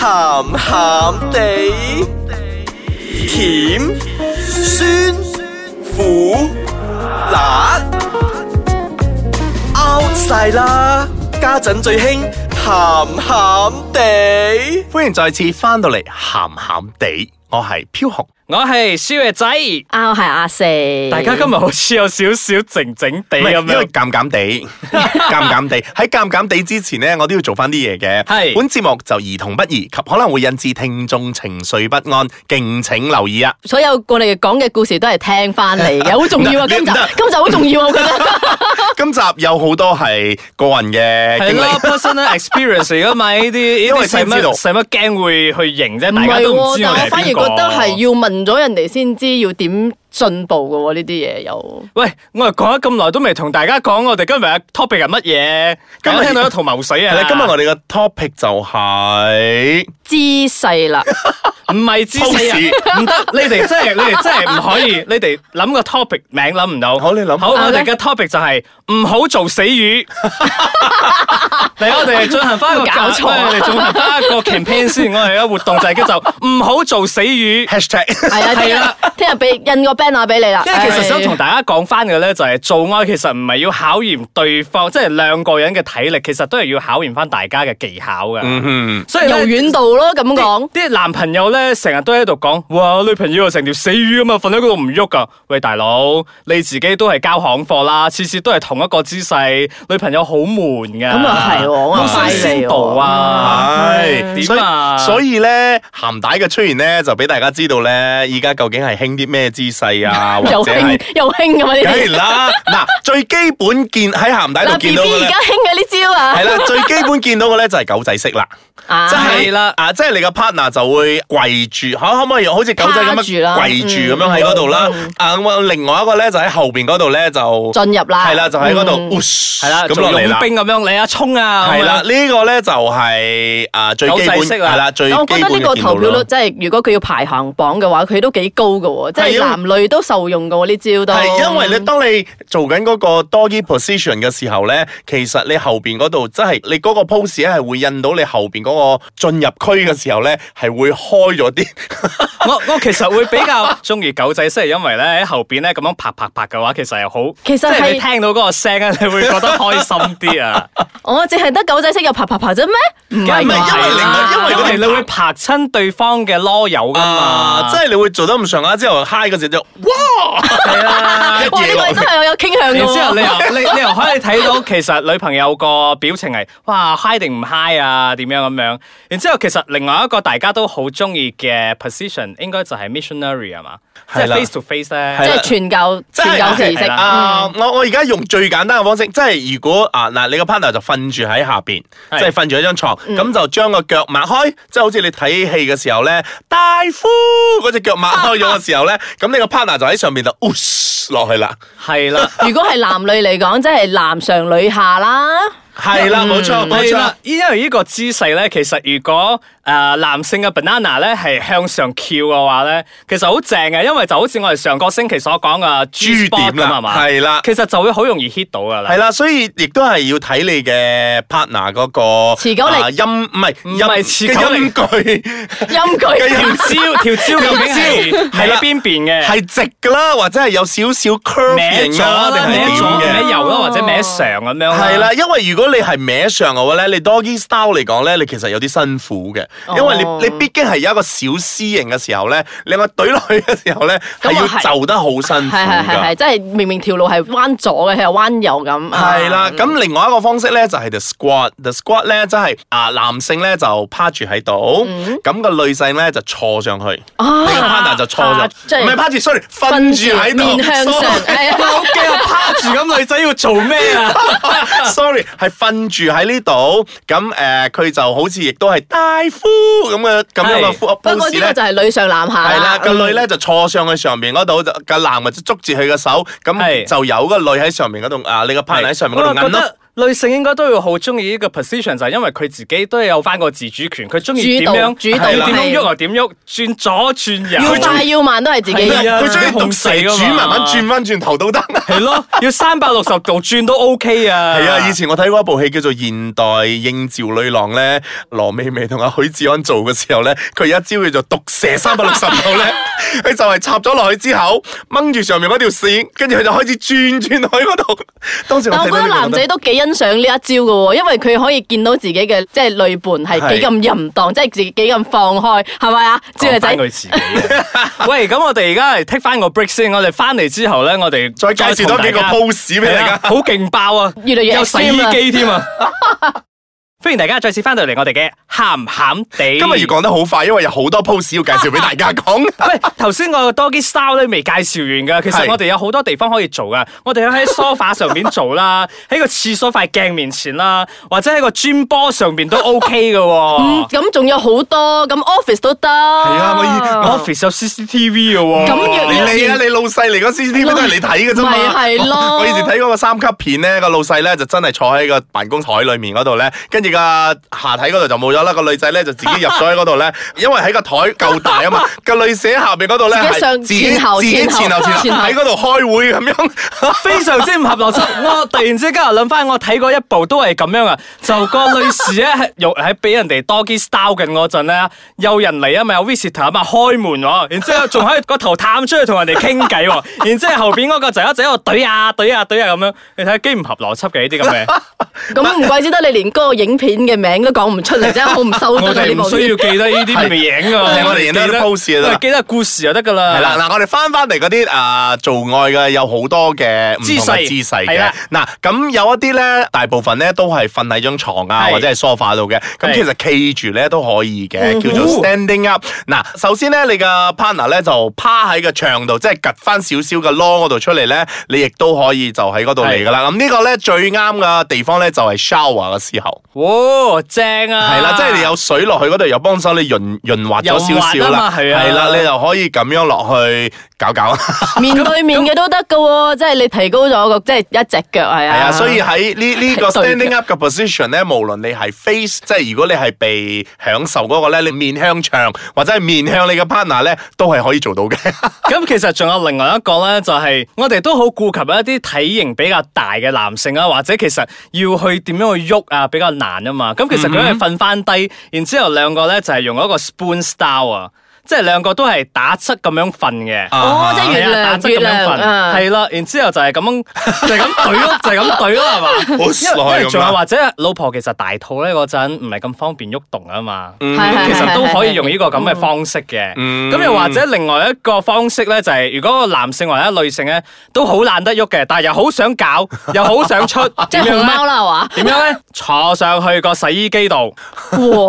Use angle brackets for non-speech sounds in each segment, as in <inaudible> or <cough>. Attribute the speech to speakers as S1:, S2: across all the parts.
S1: 鹹地，甜酸苦辣 out 晒啦！家陣最興鹹鹹地。
S2: 歡迎再次翻到嚟，鹹鹹地，我係飄紅。
S3: 我係舒月仔，
S4: 啊，我係阿四。
S3: 大家今日好似有少少靜靜地
S2: 唔係
S3: 咁
S2: 因為
S3: 樣。
S2: 尷尷
S3: <laughs>
S2: 地，尷尷地喺尷尷地之前呢，我都要做翻啲嘢嘅。
S3: 係
S2: 本節目就兒童不宜，及可能會引致聽眾情緒不安，敬請留意
S3: <laughs>
S2: 啊！
S4: 所有我哋講嘅故事都係聽翻嚟
S2: <laughs>
S4: 嘅，好重要啊！
S2: 唔得
S4: 今集
S2: 唔得
S4: 今集好重要啊，我覺
S2: <laughs>
S4: 得。
S2: 今集有好多係個人嘅
S3: 係
S2: 經
S3: 咯
S2: 歷，
S3: ，personal experience 嚟
S2: <laughs>
S3: 噶嘛呢啲，
S2: 因
S3: 因
S2: 為
S3: 為使
S2: 先知道
S3: 乜使乜驚會去認啫，
S4: 唔
S3: 大家
S4: 係
S3: 都唔
S4: 喎，
S3: 知
S4: 但
S3: 我
S4: 我
S3: 係
S4: 反而
S3: 邊
S4: 覺
S3: 個。
S4: 得係要問咗人哋先知要點進步嘅喎，呢啲嘢又。
S2: <laughs>
S3: 喂，我哋講咗咁耐都未同大家講，我哋今日嘅 topic 係乜嘢？今日聽到一頭霧水
S2: 係
S3: 啊
S2: 啦！！今日我哋嘅 topic 就係
S4: 姿勢啦，
S3: 唔係知識啊，唔得！你哋真係你哋真係唔可以，你哋諗個 topic 名諗唔到。
S2: 好你諗
S3: 好，我
S4: 好
S3: 哋
S4: 咧
S3: 嘅 topic 就係唔好做死
S2: <laughs>
S3: 魚。嚟，我哋進行翻一個
S4: 搞錯啊
S3: 我哋進行翻一個 campaign 先。我哋嘅活動就係叫做唔好做死魚。
S2: hashtag
S4: 係啊，聽
S3: 係啦
S4: 日聽日俾印個 banner 俾你啦。
S3: 因為其實想同
S4: 大
S3: 大家講翻嘅咧，就係做愛其實唔係要考驗對方，即係兩個人嘅體力，其實都係要考驗翻大家嘅技巧嘅。
S2: 嗯
S3: 所以
S4: 柔
S3: 咧
S4: 軟度咯，咁講
S3: 啲啲男朋友咧，成日都喺度講，哇，女朋友又成條死魚咁啊，瞓喺嗰度唔喐噶。喂，大佬，你自己都係交行貨啦，次次都係同一個姿勢，女朋友好悶噶。
S4: 咁啊係喎我
S3: 冇
S4: 又
S3: 新
S4: 拜你
S3: 鮮度啊！
S2: 係，
S3: 點啊
S2: 所以所以咧鹹帶嘅出現咧，就俾大家知道咧，而家究竟係興啲咩姿勢
S3: <laughs>
S2: 啊，或
S4: 又
S2: 者係
S4: 興又興咁啊！呢
S2: 梗
S4: 啲
S2: 係
S4: <laughs>
S2: 啦，嗱最基本見喺鹹帶度
S4: 嗱
S2: 見
S4: ，B
S2: 到
S4: B
S2: 嘅
S4: 而
S2: 咧
S4: 家，興嘅呢招啊
S2: 係，啦最基本見到嘅咧就係狗仔式啦，
S4: 啊
S2: 即係
S3: 係啦
S2: 啊，即係你個 partner 就會跪住，可可唔可以好似狗仔咁
S4: 趴住
S2: 樣
S4: 啦嗯
S2: 跪住咁樣喺嗰度啦？啊，咁啊另外一個咧就喺後邊嗰度咧就
S4: 進入啦，
S2: 係啦，就喺嗰
S4: 嗯
S2: 度，
S3: 係
S2: 係
S3: 啦，
S2: 咁
S3: 做
S2: 落嚟啦
S3: 傭。兵咁樣，你啊衝啊，
S2: 係啦，
S3: 咁樣，
S2: 呢個咧就係啊最基本
S3: 狗仔式啦
S2: 係啦，最基
S4: 我
S2: 本
S4: 覺得呢
S2: 嘅
S4: 個
S2: 見到
S4: 投票率
S2: 咯。
S4: 真係，如果佢要排行榜嘅話，佢都幾高嘅喎，即
S2: 係因
S4: 係
S2: 為
S4: 男女都受用嘅喎呢招都。
S2: 係因為你當你做緊嗰個 doggy position 嘅時候咧，其實你後邊嗰度真係你嗰個 pose 咧係會印到你後邊嗰個進入區嘅時候咧係會開咗啲，
S3: 我我其實會比較 <laughs> 中意狗仔式，係因為咧喺後邊咧咁樣拍拍拍嘅話，其實係好，
S4: 其實
S3: 即係你
S4: 係
S3: 聽到嗰個聲咧，你會覺得開心啲啊。
S4: 我淨係得狗仔識有爬爬爬啫咩？唔係
S2: 唔係
S4: 啩
S2: 因為另外因為嗰啲
S3: 因為你會拍親對方嘅囉
S2: <laughs>
S3: 柚噶嘛，
S2: 啊即係你會做得咁上啊下之後 high 嗰時就哇，
S3: 係啦。
S4: 哇呢個真係有傾向嘅
S3: 然之後
S4: 喎。
S3: 你又
S2: 啊
S3: 你你又可以睇到其實女朋友個表情係哇 high 定唔 high 啊點樣咁樣。然之後其實另外一個大家都好中意嘅 position 應該就係 missionary 啊嘛，即
S2: 係
S3: 係
S2: 啦
S3: face to face 咧。
S4: 即係傳教
S2: 即係
S4: 傳教士
S3: 係
S4: 式
S3: 啦
S2: 啊！我我而家用最簡單嘅方式，即係如果啊嗱，你個 partner 就瞓住喺下邊，即係
S3: 係
S2: 瞓住喺張床，咁就將個腳擘開，即係好似你睇戲嘅時候咧，大夫嗰只腳擘開咗嘅時候咧，咁你個 partner 就喺上邊就 oosh 落去啦，
S3: 係啦。
S4: 如果係男女嚟講，即係男上女下啦。
S2: <laughs> 係啦，冇錯嗯冇
S3: 嗯係
S2: 錯
S3: 啦，，因為呢個姿勢咧，其實如果誒、呃男性嘅 banana 咧係向上翹嘅話咧，其實好正嘅，因為就好似我哋上個星期所講嘅
S2: 豬
S3: G
S2: 點
S3: spot 咁係
S2: 啦，
S3: 嘛，
S2: 係啦。
S3: 其實就會好容易 hit 到噶啦
S2: 係。啦，所以亦都係要睇你嘅 partner 嗰個
S4: 持久力
S2: 啊音唔係
S3: 唔係持久力
S2: 音
S3: <laughs>
S2: 句嘅音
S3: 條
S4: 陰佢
S3: 蕉條蕉究竟係
S2: 係啦
S3: 喺邊邊嘅？
S2: 係直噶啦，或者係有少少
S3: 歪
S2: curve
S3: 咗
S2: 型啊，
S3: 啦，
S2: 定
S3: 歪
S2: 係
S3: 咗
S2: 點嘅
S3: 歪？右啦，或者歪上咁樣。
S2: 係啦，，因為如果你係歪上嘅話咧，你 doggy style 嚟講咧，你其實有啲辛苦嘅，
S4: 哦
S2: 因為你你畢竟係有一個小 C 型嘅時候咧，你個懟落去嘅時候咧，係
S4: 咁
S2: 要
S4: 啊係
S2: 就得好辛
S4: 係
S2: 苦
S4: 係係係，
S2: 㗎。
S4: 即係明明條路係彎左嘅，佢又彎右咁。
S2: 係啦，咁另外一個方式咧就係 the squat，the squat 咧即係啊男性咧就趴住喺度，咁個女性咧就坐上去，
S4: 嗯啊
S2: 你個 partner 就坐上，
S4: 啊即係
S2: 唔係趴住，sorry，瞓住喺度，
S4: 面向上，係啊
S3: 我驚我趴住咁，女仔要做咩
S4: <laughs>
S3: 啊？
S2: sorry，係瞓住喺呢度，咁誒佢就好似亦都係大夫咁嘅咁樣嘅
S3: 係
S2: pose
S4: 不過呢
S2: 咧
S4: 個。就係女上男下
S2: 係啦，
S4: 啦。
S2: 個女咧就坐上去上面嗰度，就個男咪就捉住佢嘅手，咁
S3: 係
S2: 就有個女喺上面嗰度啊，你個 partner 喺上面嗰度
S3: 我又
S2: 揞
S3: 覺
S2: 咯
S3: 得。女性應該都要好中意呢個 position，就係因為佢自己都有翻個自主權，佢中意
S4: 主
S3: 點
S4: 導
S3: 樣，
S4: 主導
S3: 係啦
S4: 係
S3: 點樣喐就啊點喐，轉左轉右，
S4: 要快要慢都係自己
S3: 係啊
S4: 喐。
S2: 佢中意讀蛇轉，慢慢轉翻轉頭都得。
S3: 係咯，要三百六十度轉都 OK 啊。
S2: 係啊，以前我睇過一部戲叫做《現代應召女郎》咧，羅美薇同阿許志安做嘅時候咧，佢有一招叫做毒蛇三百六十度咧，佢就係插咗落去之後，掹住上面嗰條線，跟住佢就開始轉轉去嗰度。當
S3: <laughs>
S2: 時我
S4: 但我
S2: 睇到
S4: 覺
S2: 呢
S4: 得
S2: 個
S4: 男仔都幾欣賞呢一招嘅喎，因為佢可以見到自己嘅即係女伴係幾咁淫蕩，即係自己幾咁放開，係咪啊？
S3: 講
S4: 招女
S3: 返
S4: 仔
S3: 佢自己啊。喂，咁我哋而家嚟 take 翻個 break 先，我哋翻嚟之後咧，我哋
S2: 再介紹多幾個 pose 俾大
S3: 係
S2: 家
S3: 啊。好勁爆啊！
S4: 越嚟越
S3: 有洗衣
S4: extreme 啦
S3: 機添
S4: <laughs>
S3: 啊！歡迎大家再次翻到嚟我哋嘅鹹鹹地。
S2: 今日要講得好快，因為有好多 pose 要介紹俾大家
S4: <laughs>
S2: 講。
S3: 喂，頭先我多啲 style 咧未介紹完㗎，其實
S2: 係
S3: 我哋有好多地方可以做㗎。我哋可以喺 sofa 上面做
S2: <laughs>
S3: 啦，喺個廁所塊鏡面前啦，或者喺個 gym 波上面都 OK 嘅
S4: 嗯
S3: 喎。
S4: 咁仲有好多，咁 office 都得。係
S2: 係啊我以
S3: office 有 CCTV 嘅喎。
S4: 咁
S2: <laughs>
S4: 要
S2: 你你啊，你老細嚟嗰 CCTV 都係你睇嘅啫嘛。
S4: 咪係咯
S2: 我我以前睇嗰個三級片咧，個老細咧就真係坐喺個辦公台裏面嗰度咧，跟住個下體嗰度就冇咗啦，個女仔咧就自己入咗喺嗰度
S4: <laughs>
S2: 咧，因為喺個台夠大啊嘛，個女仔下邊嗰度咧
S4: 自己
S2: 係
S4: 上
S2: 自己
S4: 前後
S2: 自己
S4: 前
S2: 前
S4: 後
S2: 後前
S4: 前
S2: 後
S4: 後
S2: 喺嗰度開會咁樣。
S3: 非常之唔合邏輯。我突然之間又諗翻，我睇過一部都係咁樣啊，就個女士咧係用喺俾人哋 doggy style 緊嗰陣咧，有人嚟啊嘛，有 visitor 啊嘛，開門喎，然之後仲喺個頭探出去同人哋傾偈
S2: <laughs>
S3: 喎，然之後後邊嗰個就一直喺度懟啊懟啊懟啊咁樣，你睇幾唔合邏輯嘅呢啲咁嘅，
S4: 咁唔怪之得你連嗰個影片嘅名都講唔出嚟，真係好唔
S3: <laughs>
S4: 收得
S3: 我
S4: 啊！
S3: 哋
S4: 呢
S3: 唔
S4: 部
S3: 需要記得呢啲名影啊，
S2: 係我哋影得啲 pose 就得啦
S3: 我哋記得故事就得噶啦，
S2: 係啦，嗱，我哋翻翻嚟嗰啲啊做愛嘅有好多嘅唔同嘅姿
S3: 姿勢
S2: 勢
S3: 係
S2: 嘅
S3: 啦，
S2: 嗱咁有一啲咧，大部分咧都係瞓喺張床啊
S3: 係
S2: 或者係 sofa 度嘅，咁
S3: 係嗯
S2: 其實企住咧都可以嘅，叫做 standing up。嗱，首先咧你嘅 partner 咧就趴喺個牆度，即係趌翻少少嘅窿嗰度出嚟咧，你亦都可以就喺嗰度嚟噶啦。咁呢個咧最啱嘅地方咧就係 shower 嘅時候。
S3: 哇，正啊，
S2: 係啦，即係你有水落去嗰度，又幫手你潤潤滑咗少少
S3: 潤滑啊
S2: 啦，
S3: 嘛係啊
S2: 啦，你就可以咁樣落去搞搞。
S4: 面對面嘅都得嘅喎，即係你提高咗個即係一隻腳係
S2: 係
S4: 啊。
S2: 啊，所以喺
S4: <laughs>
S2: 呢呢個
S4: 對嘅
S2: standing up 嘅 position 咧，無論你係 face，即係如果你係被享受嗰個咧，你面向牆或者係面向你嘅 partner 咧，都係可以做到嘅。
S3: 咁其實仲有另外一個咧，就係、我哋都好顧及一啲體型比較大嘅男性啊，或者其實要去點樣去喐啊，比較難啊嘛。咁其實佢
S2: 嗯
S3: 係瞓翻低，然之後兩個咧就係、用一個 spoon style 啊，即係兩個都係打側咁樣瞓嘅。
S4: 哦，即係
S3: 係
S4: 月
S3: 啊打
S4: 亮
S3: 側
S4: 月
S3: 咁樣
S4: 亮
S3: 瞓，
S4: 啊，
S3: 係啦，然之後就係咁樣， <laughs> 就係咁懟咯，就係咁懟咯，係嘛？
S2: 好
S3: 因為
S2: 咁
S3: 因為
S2: 啊
S3: 仲有
S2: 樣。
S3: 或者老婆其實大肚咧嗰陣唔係咁方便喐動啊嘛。
S4: 係 <laughs> 係
S3: 其實都可以
S4: 係
S3: 用呢個咁嘅方式嘅。
S2: 嗯
S3: 咁又或者另外一個方式咧，就係如果個男性或者女性咧都好懶得喐嘅，但係又好想搞，又好想出，
S4: <laughs> 即係
S3: 點樣
S4: 熊
S3: 咧
S4: 貓
S3: <laughs>
S4: 啦係嘛？
S3: 點樣咧？坐上去個洗衣機度，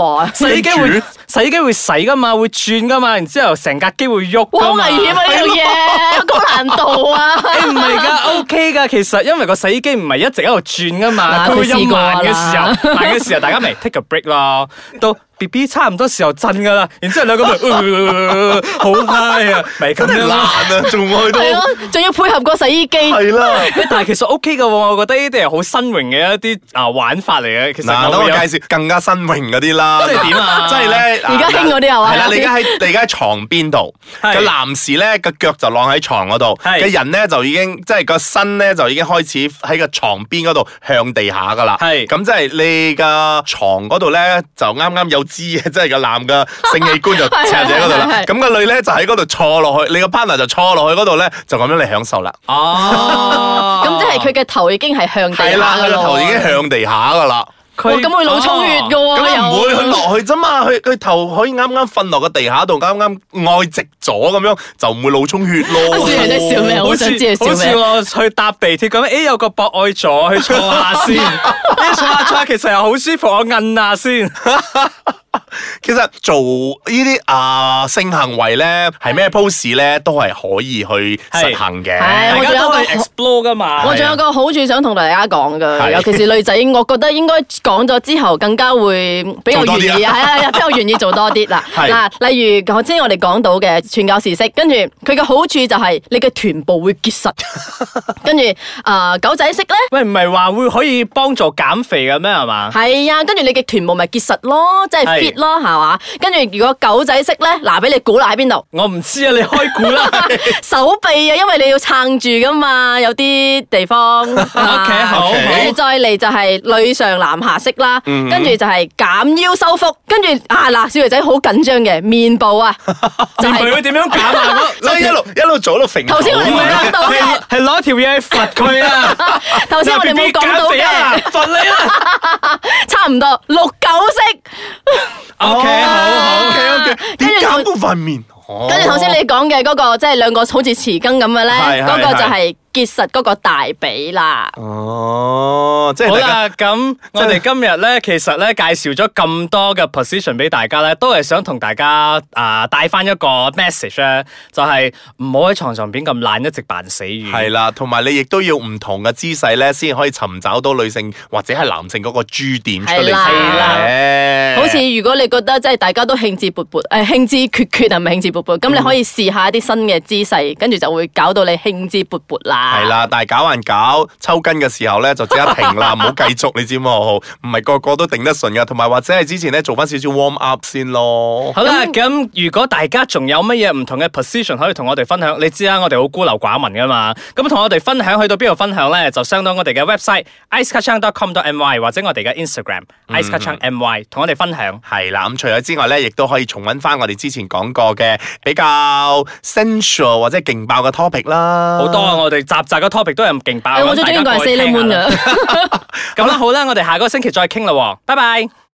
S4: 哇！
S3: 洗衣機會洗衣機會洗噶嘛，會轉噶嘛，然之後成架機會喐
S4: 哇，
S3: 㗎
S4: 好
S3: 嘛
S4: 危險啊！呢樣嘢，高難度啊！
S3: 誒唔係㗎，OK 㗎，其實因為個洗衣機唔係一直喺度轉㗎嘛，
S4: 嗱
S3: 佢會
S4: 佢
S3: 有
S4: 試過
S3: 慢
S4: 啦
S3: 嘅時候，慢嘅時候大家咪 take a break 咯，到 B B 差唔多時候震㗎啦，然之後兩個咪
S4: <laughs>
S3: 呃好 high 啊，咪咁樣
S2: 難
S3: 啦。
S2: <laughs> 啊，仲去到
S4: 係咯，仲要配合個洗衣機，
S2: 係啊啦。
S3: 但係其實 OK 㗎喎，我覺得呢啲係好新穎嘅一啲啊玩法嚟嘅。其實
S2: 嗱，等
S3: 我
S2: 我
S3: 有
S2: 介紹更加新穎嗰啲啦。
S3: 即係點啊
S2: <laughs> 即係咧，
S4: 而家興嗰啲係嘛
S2: 係啦，你而家喺你而家喺床邊度，
S3: 係
S2: 個男士咧個腳就晾喺床嗰度，
S3: 係
S2: 個人咧就已經即係個身咧就已經開始喺個床邊嗰度向地下噶啦。
S3: 係
S2: 咁即係你個床嗰度咧就啱啱有支嘅， <laughs> 即係個男嘅性器官就插咗喺嗰度啦
S4: 係係。係
S2: 咁個女咧就喺嗰度坐落去，你個 partner 就坐落去嗰度咧就咁樣嚟享受啦。
S3: 哦，
S4: 咁即係佢嘅頭已經係向地
S2: 係啦，
S4: 下
S2: 佢
S4: 噶
S2: 個
S4: 咯。
S2: 頭已經向地下噶啦。
S4: 哇咁會腦充血噶
S3: 哦
S4: 喎，
S2: 咁你唔會
S4: 又
S2: 佢落去啫嘛，佢佢頭可以啱啱瞓落個地下度，啱啱愛直咗咁樣，就唔會腦充血咯。
S4: 好似人啊哋笑咩好想知你笑
S3: 好
S4: 咩
S3: 似我去搭地鐵咁，誒有個博愛座，去坐
S4: <laughs>
S3: 下先。誒坐下坐下，其實又好舒服，我摁下先。
S2: 其實做呢啲啊性行為咧，係咩 pose 咧，都係可以去實行嘅。
S4: 係
S3: 大
S4: 我
S3: 家
S4: 仲有
S3: 都
S4: 個
S3: 係 explore 噶嘛。
S4: 我仲有個好處想同大家講噶，
S2: 係
S4: 尤其是女仔，我覺得應該講咗之後更加會比
S2: 做
S4: 較
S2: 多
S4: 願意，
S2: 啲
S4: 係
S2: 啊
S4: 啊，比較願意做多啲啦。
S2: <laughs> 係
S4: 嗱，例如頭先我哋講到嘅傳教士式，跟住佢嘅好處就係你嘅臀部會結實，跟住啊狗仔式咧。
S3: 喂，唔係話會可以幫助減肥嘅咩？係嘛？
S4: <laughs> 係啊，跟住你嘅臀部咪結實咯，即係
S3: 係
S4: fit 咯，係嘛？跟住如果狗仔式咧，嗱，俾你估啦喺邊度？
S3: 我唔知啊，你開估啦。
S4: 手臂啊，因為你要撐住噶嘛，有啲地方。OK，
S3: 好
S4: 跟住再嚟就係女上男下式啦，跟住就係減腰收腹，跟住啊嗱，小肥仔好緊張嘅面部啊，就
S3: 佢會
S4: 係
S3: 點樣減啊？
S2: 即係一路一路做一路揈頭
S4: 頭先我哋冇講到嘅，
S3: 係攞條嘢去罰佢啊！
S4: 頭先我哋冇講
S3: BB 減
S4: 到
S3: 肥啊
S4: 嘅，
S3: 罰你啦。
S4: 差唔多六九式。
S3: OK，好好。
S2: OK OK，點哦
S4: 啊跟住
S2: 減到塊面？哦
S4: 跟住頭先你講嘅嗰個，即係兩個好似匙羹咁嘅
S2: 係
S4: 咧，
S2: 係
S4: 嗰個就係結實嗰個大髀啦。
S2: 哦，即係
S3: 好
S2: 大家
S3: 啦，咁我哋今日咧，其實咧介紹咗咁多嘅 position 俾大家咧，都係想同大家啊帶翻一個 message 咧，就係唔好喺床上邊咁懶，一直扮死魚。
S2: 係啦，同埋你亦都要唔同嘅姿勢咧，先可以尋找到女性或者係男性嗰個 G 點出嚟
S4: 係啦
S2: 係啦
S4: 好似如果你覺得即係大家都興致勃勃，誒興致缺缺係咪興致勃勃？咁你可以試下一啲新嘅姿勢，跟住就會搞到你興致勃勃啦。
S2: 係，啦，但係搞還搞，抽筋嘅時候咧就即刻停啦，唔好繼續，你知冇？唔係個個都頂得順噶，同埋或者係之前咧做翻少少 warm up 先咯。
S3: 好啦，咁如果大家仲有乜嘢唔同嘅 position 可以同我哋分享，你知啦，我哋好孤陋寡聞噶嘛。咁同我哋分享去到邊度分享咧，就相當我哋嘅 website icekachang.com.my 或者我哋嘅 Instagram
S4: 嗯
S3: icekachangmy 同我哋分享。
S4: 啊
S2: 係啦，咁除咗之外咧，亦都可以重温翻我哋之前講過嘅比較 sensual 或者勁爆嘅 topic 啦。
S3: 好多啊！我哋集集嘅 topic 都係咁勁爆。
S4: 誒我最中意個係四 l
S3: 大家過去
S4: e
S3: 聽
S4: m
S3: <laughs> 下啦咁
S4: o n 嘅。
S3: 啦，好啦，我哋下個星期再傾啦喎，拜拜。